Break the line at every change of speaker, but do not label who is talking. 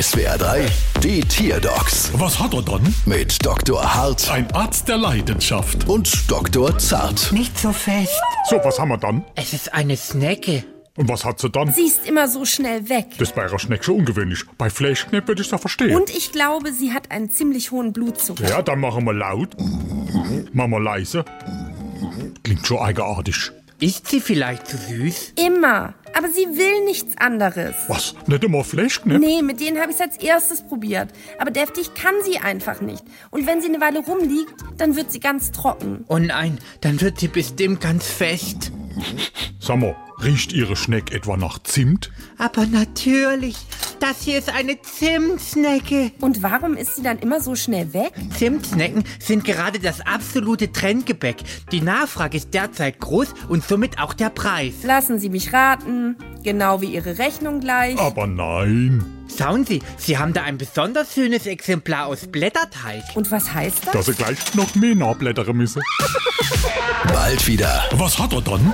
SWR 3, die Tierdocs
Was hat er dann?
mit Dr. Hart
Ein Arzt der Leidenschaft.
und Dr. Zart.
Nicht so fest.
So, was haben wir dann?
Es ist eine Snecke.
Und was hat sie dann?
Sie ist immer so schnell weg.
Das ist bei ihrer Schneck schon ungewöhnlich. Bei Fleischknepp würde ich das verstehen.
Und ich glaube, sie hat einen ziemlich hohen Blutzucker.
Ja, dann machen wir laut. Machen wir leise. Klingt schon eigenartig.
Ist sie vielleicht zu süß?
Immer. Aber sie will nichts anderes.
Was? Nicht immer Fleischknepp?
Nee, mit denen habe ich es als erstes probiert. Aber deftig kann sie einfach nicht. Und wenn sie eine Weile rumliegt, dann wird sie ganz trocken.
Oh nein, dann wird sie bestimmt ganz fest.
Sag mal, riecht ihre Schneck etwa nach Zimt?
Aber natürlich, das hier ist eine Zimtsnecke.
Und warum ist sie dann immer so schnell weg?
Zimtsnecken sind gerade das absolute Trendgebäck. Die Nachfrage ist derzeit groß und somit auch der Preis.
Lassen Sie mich raten. Genau wie Ihre Rechnung gleich.
Aber nein.
Schauen Sie, Sie haben da ein besonders schönes Exemplar aus Blätterteig.
Und was heißt das?
Dass sie gleich noch mehr nachblättern müssen.
Bald wieder.
Was hat er dann?